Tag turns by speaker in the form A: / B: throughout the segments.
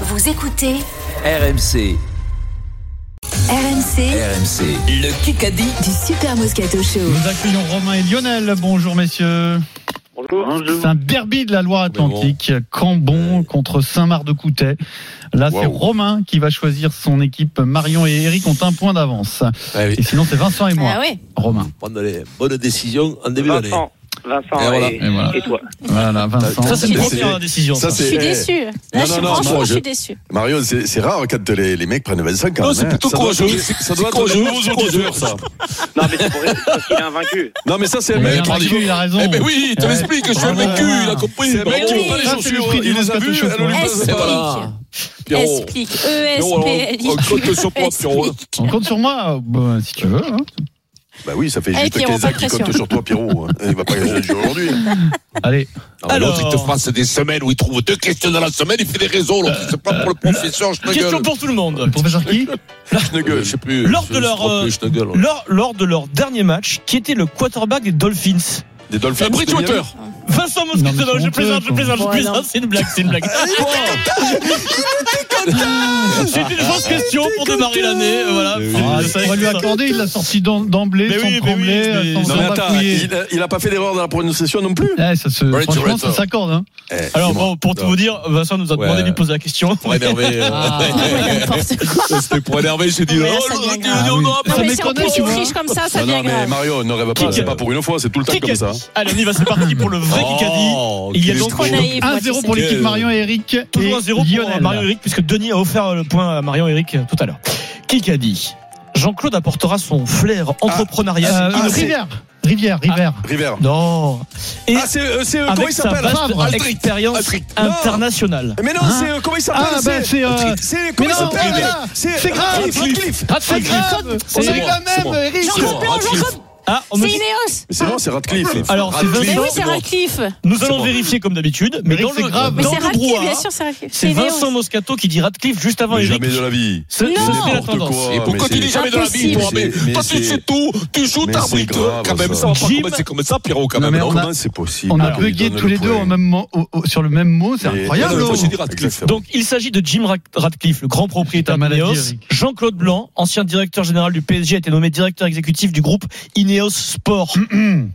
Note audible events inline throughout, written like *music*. A: Vous écoutez
B: RMC,
A: RMC
B: RMC, le Kikadi.
A: du Super Moscato Show.
C: Nous accueillons Romain et Lionel. Bonjour messieurs.
D: Bonjour.
C: C'est un derby de la Loire-Atlantique. Cambon contre Saint-Marc-de-Coutet. Là, c'est Romain qui va choisir son équipe. Marion et Eric ont un point d'avance.
E: Ah oui.
C: Et sinon, c'est Vincent et moi.
F: Ah ouais.
C: Romain.
E: prendre les bonnes décisions en début d'année.
D: Vincent. Vincent
E: Et
D: et,
E: voilà.
C: Et voilà.
D: et toi.
C: Voilà, Vincent.
E: Ça,
F: c'est- c'est-
C: la décision.
G: Ça,
C: ça.
G: c'est-
F: Je suis
G: Eh,
F: déçu.
G: non,
F: Là, je-
G: non, non,
F: franchement,
G: moi,
F: je
G: je-
F: suis déçu.
G: Mario, c'est c'est rare quand les, les mecs prennent 25 quand
E: Non,
G: même,
E: c'est
G: hein.
E: plutôt
G: Ça doit-
E: courageux.
G: Ça doit
E: C'est
G: être
E: courageux,
G: un
E: c'est
G: gros
E: courageux.
G: joueur, ça.
D: Non, mais c'est pour parce qu'il est invaincu.
G: Non, mais ça, c'est un
C: Mais
G: mec.
C: il a
G: qui prend les
C: vaincu,
G: coups.
C: il a raison.
E: Eh ben oui, il te
C: Ouais.
E: l'explique, je suis un
C: Bravo,
E: Ah, mec cul,
C: Romain.
E: il a compris.
G: C'est un mec qui
E: Bravo.
G: prend pas les
C: Ça, c'est le
G: chaussures.
C: prix du
G: Il les a
C: Moscato
G: vues,
C: Show,
G: elle lui
F: Explique.
G: passe. Voilà. Pierrot.
F: Explique.
E: Pierrot,
F: E-S-P-L-I.
E: on compte sur toi, Pierrot.
F: Explique.
C: On compte sur moi, euh, bah, si tu veux. hein.
G: Bah oui, ça fait
F: Eh,
G: juste
F: Pierrot,
G: 15
F: pas
G: ans
F: de
G: qu'il compte
F: pression.
G: sur toi, Pierrot. hein. Il va pas gagner le jeu aujourd'hui.
C: Allez, Alors.
E: Alors, Ah, l'autre, il te fasse des semaines où il trouve deux questions dans la semaine, il fait des réseaux. L'autre, il se prend pour le professeur Schneugel.
H: Question pour tout le monde.
C: professeur qui
E: Schneugel, je sais Euh, plus.
H: Lors
E: je-
H: de
E: je
H: leur,
E: crois
H: euh,
E: plus, Schneugel.
H: Lors, lors de leur dernier match, qui était le quarterback des Dolphins
G: Des Dolphins.
E: Euh, Bridgewater.
H: Vincent
C: Non, mais
H: Moscato, non,
C: c'est
H: je plaisante,
C: honteux,
H: je plaisante, je
F: quoi. Ouais,
H: plaisante, c'est une blague, c'est une blague. C'est une fausse question pour démarrer l'année, euh, voilà.
C: Ah,
H: C'est-
C: ça, On va lui accorder, il l'a sorti d'em- d'emblée,
H: Mais
C: sans
H: oui, mais
C: trembler,
H: oui, mais-
C: sans
G: Non, mais
C: s'en
G: attends,
C: bafouiller.
G: il a, il a pas fait d'erreur dans la prononciation non plus.
C: Ouais, Eh, ça se,
E: Bridgewater.
C: franchement, ça s'accorde. hein.
G: Eh,
H: Alors
G: dis-moi.
H: bon, pour tout vous dire, Vincent nous a demandé
E: Ouais.
H: de lui poser la question.
E: Pour énerver. euh,
F: Ah.
C: Ah.
F: N'importe
E: *laughs*
F: quoi.
E: C'était pour énerver, j'ai dit, oh,
F: Ouais, ça
E: l'autre,
F: devient
E: il
F: grave.
E: dit, on aura
C: Ça
F: Non, mais si on
C: m'étonnait, tu vois.
F: triche comme ça, ça
G: Non,
F: devient
G: non, mais
F: grave.
G: Mario, ne rêve pas.
H: Kick.
G: C'est pas pour une fois, c'est tout le temps comme
H: Kikadi.
G: ça. hein.
H: Allez, on y va, c'est parti pour le vrai Kikadi.
E: Oh,
H: Il y a
E: quel
H: donc
F: Trop
E: escroc.
F: naïf. moi, tu
C: 1-0
F: sais.
C: pour l'équipe Marion et Eric.
H: Toujours
C: et
H: à 0
C: Lionel.
H: pour Marion Eric, puisque Denis a offert le point à Marion Eric euh, tout à l'heure. Kikadi. Jean-Claude apportera son flair entrepreneurial.
C: Euh,
G: Ah, c'est-
C: Rivière, Rivière, Rivière.
G: River.
H: Non. Et
G: Ah, c'est, euh, c'est, euh, comment
H: avec
G: il
H: sa
G: s'appelle
H: vaste
C: Favre.
H: expérience
E: Altric.
H: internationale.
G: Mais non,
C: Hein
G: c'est, euh, comment il s'appelle
C: Ah, ben, c'est, euh,
G: c'est, comment
C: mais
G: il
C: non,
G: s'appelle
C: voilà. C'est grave.
G: Radcliffe, Radcliffe.
C: C'est grave, on
H: C'est
C: a eu
E: bon,
C: la
E: c'est
C: même,
E: bon.
C: Eric.
F: J'en peux plus, j'en peux plus.
H: Ah, on me
F: C'est
H: dit-
F: Ineos.
G: Mais c'est non, c'est Radcliffe.
H: Alors, c'est
F: Mais
H: Vincent.
F: oui, c'est Radcliffe.
H: Nous allons vérifier comme d'habitude, mais
C: Mais
H: dans
C: c'est
H: le,
C: grave.
H: dans
F: Mais c'est
H: le
F: Radcliffe,
H: brouhaha,
F: bien sûr, c'est Radcliffe.
H: c'est
F: C'est Ineos.
H: Vincent Moscato qui dit Radcliffe juste avant
G: Mais
H: Eric.
G: jamais de la vie.
H: C'est-
F: Non.
H: C'était la
G: N'importe
H: tendance.
G: quoi,
E: Et
G: mais
E: pourquoi tu
G: c'est-
E: dis jamais dans la vie,
F: impossible.
E: toi Mais
G: Mais
E: toi, tu
G: c'est-
E: sais tout, tu joues,
G: mais
E: t'arbitres,
G: c'est grave,
E: quand même.
G: ça.
E: Ça va pas
H: Jim-
E: commencer comme ça, Pierrot, quand
C: Non,
E: même.
C: mais
E: non
C: on a-
G: Comment c'est possible
C: On a
G: Alors, il
C: bugué
G: donne
C: tous
G: le
C: les deux
G: point.
C: au même mo- au- au- sur le même mot, c'est
G: Mais-
C: incroyable.
G: Non, mais
C: oh.
G: j'ai dit Radcliffe.
H: Donc il s'agit de Jim Rac- Radcliffe, le grand propriétaire
C: C'est ta maladie,
H: d'Ineos.
C: Eric.
H: Jean-Claude Blanc, ancien directeur général du PSG, a été nommé directeur exécutif du groupe Ineos Sport.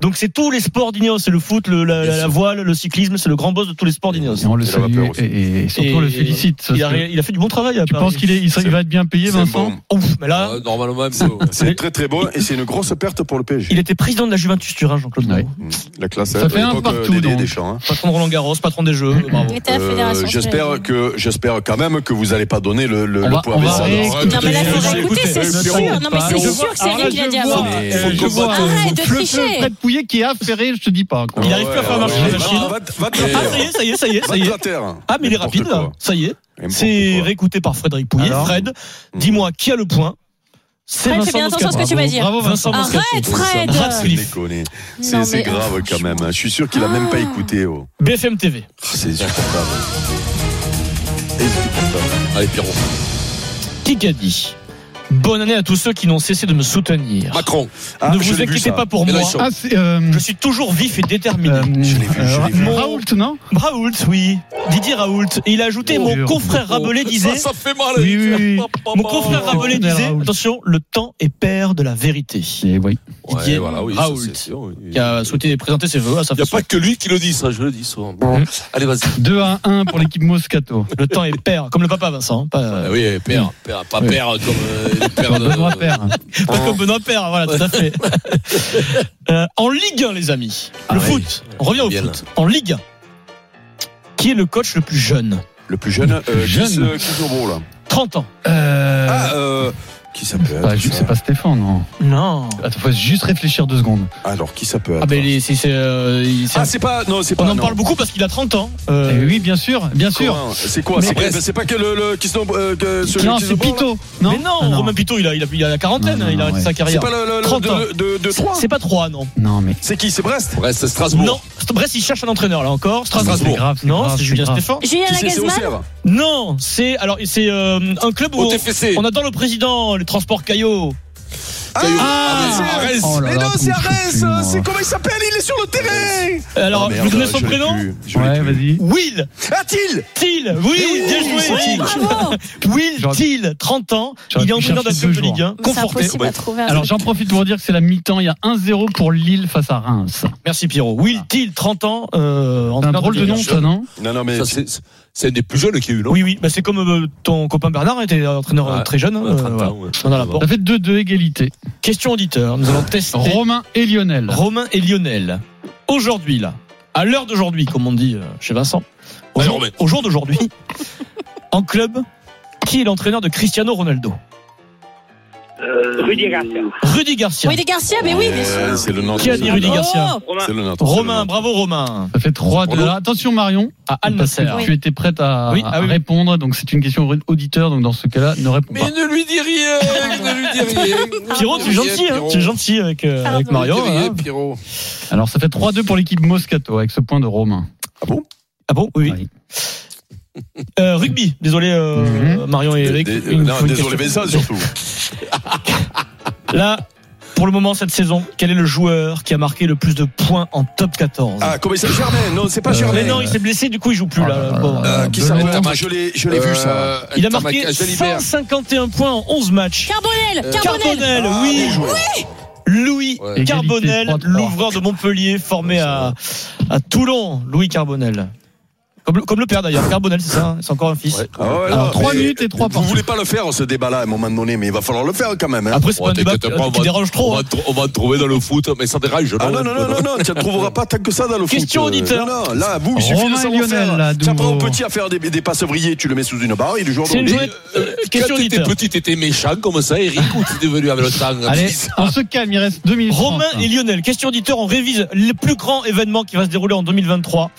H: Donc c'est tous les sports d'Ineos, c'est le foot, le- la,
E: Bien
H: la
E: sûr.
H: voile, le cyclisme, c'est le grand boss de tous les sports d'Ineos.
C: Et on le
G: Il a pas
C: salue
G: peur aussi.
C: et, et surtout
H: Et-
C: on le félicite.
H: Il,
C: parce
H: a
C: que
H: ré- il a fait du bon travail. à
C: tu
H: Paris.
C: penses qu'il est, il, sera- il va être bien payé,
G: C'est
C: Vincent
G: bon.
H: Ouf, mais là,
E: Ouais, Normalement, un peu.
G: C'est très très bon et c'est une grosse perte pour le PSG.
H: il était président de la Juventus Turin, Jean-Claude Blanc.
C: Ouais.
G: Mmh, La classe
C: Ça
G: à
C: fait un
G: l'époque,
C: partout,
G: Dédé
C: donc.
G: Deschamps, hein.
H: Patron de Roland Garros, patron des Jeux. Bravo.
F: Il était à la
G: Euh,
F: Fédération.
G: J'espère
F: Suédoise.
G: que j'espère quand même que vous allez pas donner le, le,
C: On
G: le
C: va-
G: point
C: on va
G: baissant.
C: ré-
G: Alors,
F: Non, mais là, il
H: Écoutez,
F: faudrait
H: je-
F: écouter, c'est
C: écoutez,
F: sûr.
C: Pierrot,
F: Non, mais
C: je
F: c'est
C: vois-
F: sûr que c'est
H: alors là,
F: Eric qui l'a
H: je
F: dit
H: vois-
F: avant.
G: Mais-
C: Euh, Je
E: Faut
C: vois
E: combattre.
C: un
F: Arrête de
C: fleu-
F: tricher.
C: Fred Pouillet qui est affairé, je te dis pas. quoi. Euh,
H: Il arrive
G: Ouais,
H: plus à faire
G: ouais,
H: marcher
G: ouais.
H: la machine.
G: Va- va- va te-
H: Ah, ça y est, ça y est, ça y est, ça y
G: va
H: est.
G: te la terre.
H: Ah, mais il est
G: Bah, N'importe
H: rapide,
G: quoi.
H: ça y est.
G: N'importe
H: C'est
G: quoi.
H: réécouté par Frédéric Pouillet.
C: Alors
H: Fred,
G: Mmh.
H: dis-moi qui a le point C'est
F: Fred,
H: Vincent
F: fais bien attention à ce que
H: Moscato.
F: tu vas dire.
C: Bravo Vincent.
H: Vincent Moscato.
F: Arrête, Fred
G: Ça me fait
H: Radcliffe.
G: déconner.
F: Non,
G: C'est c'est
F: mais- Ah.
G: grave quand même. hein. Je suis sûr qu'il a même pas écouté. oh.
H: BFM TV.
G: Ah, C'est insupportable. Insupportable.
E: Allez, Pierrot.
H: Qui a dit Bonne année à tous ceux qui n'ont cessé de me soutenir.
E: Macron.
G: Ah,
H: ne
G: je
H: vous
G: l'ai vu,
H: inquiétez
G: ça.
H: pas pour
E: Mais là,
H: moi.
E: ils sont-
C: Ah, c'est. euh,
H: Je suis toujours vif et déterminé.
C: euh,
G: Je l'ai vu, je l'ai
C: euh,
G: vu.
C: Raoult, non
H: Raoult, oui. Didier Raoult. Et il a ajouté
C: Oh,
H: mon
C: dur.
H: confrère Rabelais disait.
E: Ça, ça fait mal.
C: Oui, oui,
H: *laughs*
C: oui.
H: Mon confrère Rabelais
C: Didier
H: disait.
C: Raoult.
H: Attention, le temps est père de la vérité.
C: Et oui.
H: Didier Raoult.
E: Il
H: Qui a souhaité présenter ses vœux à sa
E: n'y a
H: façon.
E: pas que lui qui le dit, ça, je le dis souvent. Bon. Allez, vas-y.
C: 2 à 1 pour l'équipe Moscato.
H: Le temps est père, comme le papa Vincent. hein, Pas,
E: Ah Oui, père, père, pas
C: Oui.
E: père comme euh, père de.
C: Benoît Père.
G: euh,
H: pas
C: Oh.
H: comme Benoît Père, voilà, tout à fait. Euh, en Ligue 1, les amis.
E: Ah
H: le
E: oui.
H: foot. On revient au
E: Bien.
H: foot. En Ligue 1. Qui est le coach le plus jeune
G: Le plus jeune, euh,
C: jeune.
G: Chris, euh, Chris Novo, là.
H: 30 ans.
C: Euh,
G: Ah, euh, qui ça peut être
C: bah, je-
G: ça
C: c'est pas Stéphane, non.
H: Non.
C: Attends, faut juste réfléchir deux secondes.
G: Alors, qui ça peut être
H: Ah ben, il- c'est, c'est, euh, il- c'est-
G: Ah, c'est pas. Non, c'est pas.
H: on en
G: non.
H: parle beaucoup parce qu'il a 30 ans. Euh,
C: Eh oui, bien sûr, bien sûr.
G: Comment C'est quoi C'est
E: Mais-
G: pas, c'est pas que le, le qui se nomme, euh, que celui
C: Non,
G: qui se
C: c'est
G: nomme,
C: Pito. Non,
H: Non, mais non,
C: Ah,
H: Romain Pitot, il a, il a, il a la quarantaine,
C: Non, non,
H: il a
C: non,
H: arrêté
C: ouais.
H: sa
G: C'est
H: carrière.
G: pas le, le- le-
H: 30 ans.
G: de, de, de
H: C'est-
G: 3
H: C'est pas 3, non.
C: Non, mais
G: C'est qui C'est Brest
E: Brest, Strasbourg.
H: Non, Brest, il cherche un entraîneur là encore. Strasbourg.
C: c'est grave. c'est
H: Non,
C: grave,
H: c'est Julien
C: grave.
H: Stéphane.
F: Julien
G: Qui c'est C'est
F: Lagazman
G: OCR
H: Non, c'est alors c'est euh, un club où
E: Au
H: on,
E: TFC.
H: on adore le président, les transports Caillot.
E: Caillou.
C: Ah,
E: Ah, mais Arès. hein,
C: Oh là
G: Mais
C: là,
G: non, c'est
C: comment je suis,
G: Arès
C: moi.
G: euh, C'est comment il s'appelle Il est sur le terrain
C: Ah,
H: Alors, je vous donnez son prénom
C: Ouais,
F: Ah,
C: vas-y.
H: Will
G: A-t-il
H: Till Oui, bien joué
F: Oui,
H: Till.
F: bravo
H: Will
C: J'aurais-
H: Till, 30 ans,
C: J'aurais
H: il est
C: pu
H: entraîneur de
C: chercher
H: la
C: ce
H: Ligue 1,
F: C'est
H: conforté.
F: impossible à trouver un
C: Alors
F: truc.
C: j'en profite pour vous dire que c'est la mi-temps. Il y a 1-0 pour Lille face à Reims.
H: Merci Pierrot. Will Till, 30 ans,
C: Ah.
H: euh,
C: C'est un
H: entraîneur
C: drôle de
H: Ligue
C: nom,
H: 1.
C: ça, non
G: Non, non, mais.
E: Ça, c'est- c'est un des plus jeunes qui a eu, non
H: Oui, oui, bah, c'est comme euh, ton copain Bernard était entraîneur euh,
C: Ah.
E: Ouais.
H: très jeune. hein,
E: Ouais, 30
H: euh, voilà.
E: ans, ouais.
H: Voilà, bon.
C: Ça fait 2-2 égalité.
H: Question auditeur, nous allons tester
C: Romain et Lionel.
H: Romain et Lionel. Aujourd'hui, là, à l'heure d'aujourd'hui, comme on dit euh, chez Vincent, au
E: Allez,
H: jour,
E: Romain.
H: au jour d'aujourd'hui, *laughs* en club, qui est l'entraîneur de Cristiano Ronaldo
I: Euh,
D: Rudy Garcia.
H: Rudy Garcia.
F: Oui, des Garcia, mais oui, bien sûr.
G: Euh, C'est le nom.
H: Qui a dit Rudy Garcia
F: Oh
D: Romain.
G: C'est le nôtre.
H: Romain, bravo Romain.
C: Ça fait 3-2.
E: Bruno.
C: Attention Marion,
H: À Al
C: parce
H: Nasser.
C: que tu étais prête à,
H: Oui, ah
C: à
H: oui, oui.
C: répondre. Donc c'est une question auditeur. Donc dans ce cas-là, ne réponds
E: Mais
C: pas.
E: ne lui dis rien, ne lui dis rien. Ah,
H: Pierrot,
G: Ah,
H: tu es gentil, hein, tu es gentil avec, euh,
F: Pardon.
H: avec Mario.
E: Ne lui dis rien,
H: hein.
E: Pierrot.
C: Alors ça fait 3-2 pour l'équipe Moscato avec ce point de Romain.
H: Ah bon Oui. oui. Euh, rugby, désolé euh, Marion et Eric.
G: Dé- dé-
H: Il nous
G: non,
H: faut une
G: Désolé, mais
H: question.
G: ça surtout.
H: Là, pour le moment, cette saison, quel est le joueur qui a marqué le plus de points en top 14
G: Ah, comment il s'appelle Germain Non, c'est pas
H: Euh,
G: Germain.
H: Mais non, il s'est blessé, du coup, il joue plus
C: Ah
H: là.
C: là là
H: Bon.
C: là.
G: Euh, Qui
C: Benoît.
G: s'appelle Je l'ai je l'ai vu ça.
E: Euh,
H: Il a
E: Tamac-
H: marqué
E: Jalibert.
H: 151 points en 11 matchs.
F: Carbonel, Carbonel.
H: Euh, Carbonel,
G: Ah,
H: oui,
G: bien joué.
H: Louis
E: Ouais.
H: Carbonel,
C: Égalité, 3-3.
H: l'ouvreur de Montpellier, formé à, à Toulon, Louis Carbonel. Comme le, comme le père d'ailleurs, Carbonel, c'est ça, hein, c'est encore un fils.
E: Ouais.
G: Ah ouais,
C: Alors,
G: non,
C: trois
G: mais
C: minutes et trois
G: Vous
C: parties.
G: voulez pas le faire ce débat-là à un moment donné, mais il va falloir le faire quand même. hein.
H: Après, c'est
E: Oh,
H: pas un débat
E: t'inquiète pas, on
H: qui qui
E: va-
H: dérange
E: On
H: trop.
E: va
H: hein.
E: te on va te trouver dans le foot, mais ça dérange.
G: Ah non, non, non, non, non, tu ne trouveras pas tant que ça dans le
H: Question
G: foot. Euh,
H: auditeur.
G: Non, non, là, vous, il suffit
C: Romain
G: de
C: et
G: savoir
C: Lionel,
G: faire.
C: là, de
G: Tu apprends au
C: nouveau.
G: petit à faire des, des passes vrillées, tu le mets sous une barre, il est joueur de
H: C'est une
G: rugby.
H: jouette. Euh, Question
E: Quand t'étais
H: auditeur.
E: petit, t'étais méchant comme ça, Eric, ou t'es devenu avec le temps
C: Allez, on se calme, il reste 2 minutes.
H: Romain
C: 30.
H: et Lionel, question auditeur, on révise le plus grand événement qui va se dérouler en 2023.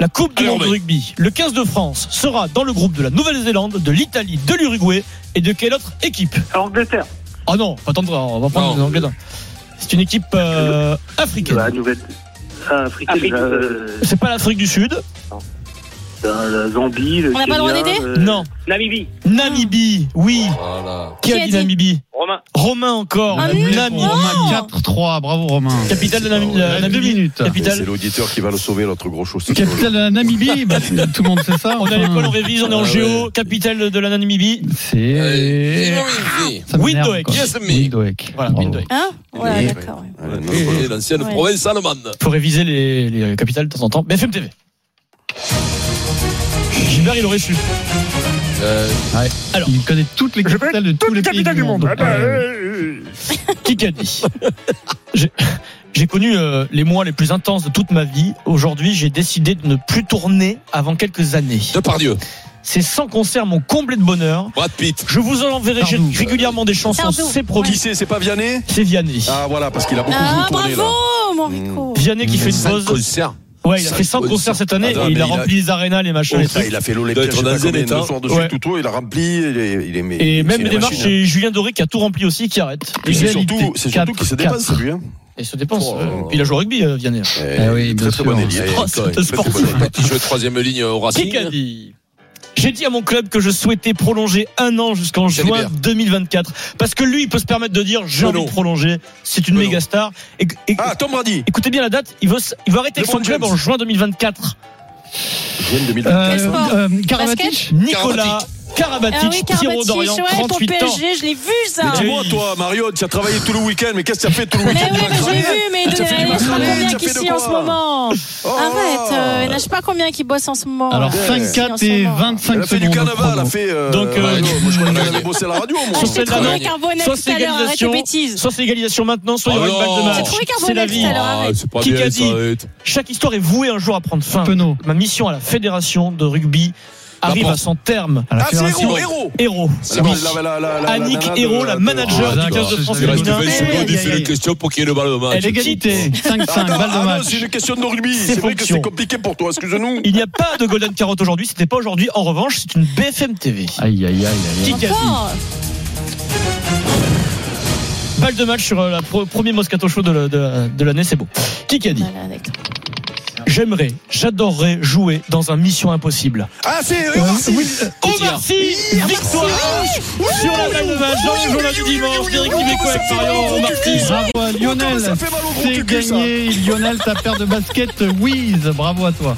H: La Coupe du
E: Allez,
H: monde de
E: Romain.
H: rugby. Le 15 de France sera dans le groupe de la Nouvelle-Zélande, de l'Italie, de l'Uruguay et de quelle autre équipe
D: Angleterre.
H: Ah non, attendre, on va prendre
E: Non.
H: les Anglais. non. C'est une équipe euh, africaine.
I: La Bah, nouvelle africaine,
D: Afrique.
I: euh,
H: C'est pas l'Afrique du Sud.
I: dans la Zambie, le
F: On n'a pas le droit
I: Kenya,
F: d'aider
I: euh,
H: Non.
D: Namibie.
H: Namibie, oui.
E: Voilà.
H: Ah. Qui,
F: Qui
H: a
F: a
H: dit
F: dit
H: Namibie
D: Romain.
H: Romain encore.
F: Ah,
H: Namibie.
F: nul.
C: Romain,
F: Non.
C: 4-3, bravo Romain.
H: Capitale de Namibie.
C: Il reste 2 minutes.
G: Mais C'est
H: Capitale.
G: l'auditeur qui va le sauver, l'autre gros chaussure.
C: Capitale de la Namibie, bah, tout le monde sait ça.
H: On est
C: enfin.
H: à l'école, on révise, on est en
E: Ah,
H: géo.
E: ouais.
H: Capitale de la Namibie.
C: C'est.
E: Eh, oui,
C: Ça m'énerve,
H: Windhoek,
C: quoi.
E: yes, me.
C: Windhoek.
H: Voilà,
C: Bravo.
E: Oh.
H: Windhoek.
F: Hein Ouais,
G: Oui.
F: d'accord. ouais.
E: oui. Eh, L'ancienne
F: Ouais.
E: province allemande.
H: Faut réviser les, les capitales de temps en temps. BFM TV. Gilbert, il aurait su.
E: Euh,
H: Alors.
C: Il connaît toutes les capitales de tous les pays du monde. Euh,
H: Qui qu'a dit J'ai- J'ai connu euh, les mois les plus intenses de toute ma vie. Aujourd'hui, j'ai décidé de ne plus tourner avant quelques années.
E: Depardieu,
H: Ces 100 concerts m'ont comblé de bonheur.
E: Brad Pitt.
H: Je vous enverrai
C: Pardon.
H: régulièrement des chansons,
F: Pardon.
H: c'est
G: Qui
H: promis.
G: c'est C'est pas Vianney
H: C'est Vianney.
G: Ah voilà, parce qu'il a beaucoup
F: Ah,
G: tourné là.
F: bravo, mon Rico.
H: Vianney qui fait une
E: Cinq
H: pause.
E: concerts.
H: Ouais, il a
E: cinq
H: fait 100 concerts
E: concerts.
H: cette année
G: Attends,
H: et il
G: Ah, mais
H: a
G: il a-
H: rempli les arénas, les machins,
G: Oh,
H: les
G: ça,
H: trucs.
G: il a fait l'Olympia,
E: Doit être
G: je sais
E: dans
G: pas
E: un
G: combien
E: état.
G: de soirs de suite,
H: Ouais.
G: tout autour, il a rempli, il est, il est mais-
H: Et même
G: c'est
H: les
G: une
H: démarches
G: machine.
H: chez Julien Doré qui a tout rempli aussi, qui arrête.
G: Puis C'est
C: Égalité,
G: surtout, c'est surtout qu'il se dépasse,
C: 4-4.
G: lui. Hein.
H: Et se dépense.
E: Oh.
H: Euh, Puis il a joué au rugby, euh, Vianney.
C: Eh oui, bien
G: très
C: sûr.
G: très bon élite.
H: Oh, c'est un sportif.
E: Petit jeu de troisième ligne euh, au
H: Qui
E: Racing.
H: qu'a dit j'ai dit à mon club que je souhaitais prolonger un an jusqu'en
E: Jalibert.
H: juin 2024 parce que lui il peut se permettre de dire j'ai envie
E: Penaud.
H: de prolonger c'est une
E: Penaud.
H: méga star et, et-
G: Ah, Tom Brady,
H: écoutez bien la date il veut, s- il veut arrêter avec son
G: LeBron
H: club
G: James.
H: en juin 2024
G: jeune 2020.
C: Euh,
F: Quel sport
C: euh,
F: Basket
C: Karabatic
H: Nicolas Karabatic,
F: Ah oui,
H: Pierrot
F: Karabatic,
H: d'Orient,
F: ouais, pour
H: 38 ans.
F: PSG, je l'ai vu ça.
G: Mais dis-moi, toi, Mario, tu as travaillé tout le week-end, mais qu'est-ce que tu as fait tout le *laughs*
F: Mais
G: week-end
F: oui,
G: Tu
F: mais
G: m'as
F: je l'ai
G: cramé
F: vu, mais
G: Tu as fait du
F: il y en a
G: basket,
F: combien
G: tu as
F: qui
G: fait de
F: s'y en
G: quoi
F: ce moment.
G: Oh là
F: Arrête,
G: là.
F: euh, il n'y en a je sais pas combien qui bossent en ce moment.
C: Alors
G: Ouais.
C: 5-4 et
F: Elle a fait
C: 25
G: Elle
C: secondes.
G: a fait du carnaval, elle a fait. euh,
H: Donc,
G: radio.
H: euh,
G: moi, je crois qu'elle
E: euh,
G: avait bossé à la radio, moi.
F: Ah, je t'ai
H: Soit
F: trouvé
E: Carbonel.
F: Carbonel
H: Soit
F: tout à l'heure, arrête tes
H: l'égalisation.
F: bêtises.
H: Soit c'est égalisation maintenant, soit il y aura
E: Oh
H: une balle de
E: non.
H: match.
E: J'ai
F: trouvé
H: C'est la
F: Carbonel
H: vie.
F: tout à l'heure.
E: Ah, c'est pas
H: Qui qu'a
E: bien,
H: dit
E: ça. hein, arrête.
H: Chaque histoire est vouée un jour à prendre fin.
C: Penaud.
H: Ma mission à la fédération de rugby arrive
E: Laporte.
H: à son terme.
C: À la
G: Ah, c'est
C: Fédération.
G: héros, héros
H: Héros.
G: La- la- la- la- la-
H: Annick
G: la- la-
H: Hérault, la
G: de-
H: manager
C: de-
H: du 15 de France
E: Il reste
H: féminin. Eh,
E: 20 secondes, il
C: aïe,
E: fait
C: aïe.
E: une question pour qu'il y ait le ballon au match.
H: Elle égalité. 5-5,
G: Attends,
C: balle de
G: ah non,
C: match.
G: c'est une question de rugby. C'est vrai que
H: fonctions.
G: c'est compliqué pour toi, excuse-nous.
H: Il n'y a pas de Golden Carotte aujourd'hui, c'était pas aujourd'hui. En revanche, c'est une BFM TV.
C: Aïe, aïe, aïe, aïe.
H: Qui qu'a dit
F: Encore
H: Balle de match sur euh, la pro- premier Moscato Show de la- de la- de l'année, c'est beau. Qui qu'a dit
F: Voilà, d'accord.
H: J'aimerais, j'adorerais jouer dans un Mission Impossible.
F: Oh,
G: Ah, c'est Omar Sy.
H: Omar Sy, victoire sur la blague de Valjean, le journal du dimanche, Eric Dimeco avec Marion Omar Sy.
C: Bravo à
G: Oh, comment
C: Lionel.
G: ça fait mal au gros
C: C'est
G: cul, ça.
C: gagné. Lionel, ta paire de baskets Wiz. Bravo à toi.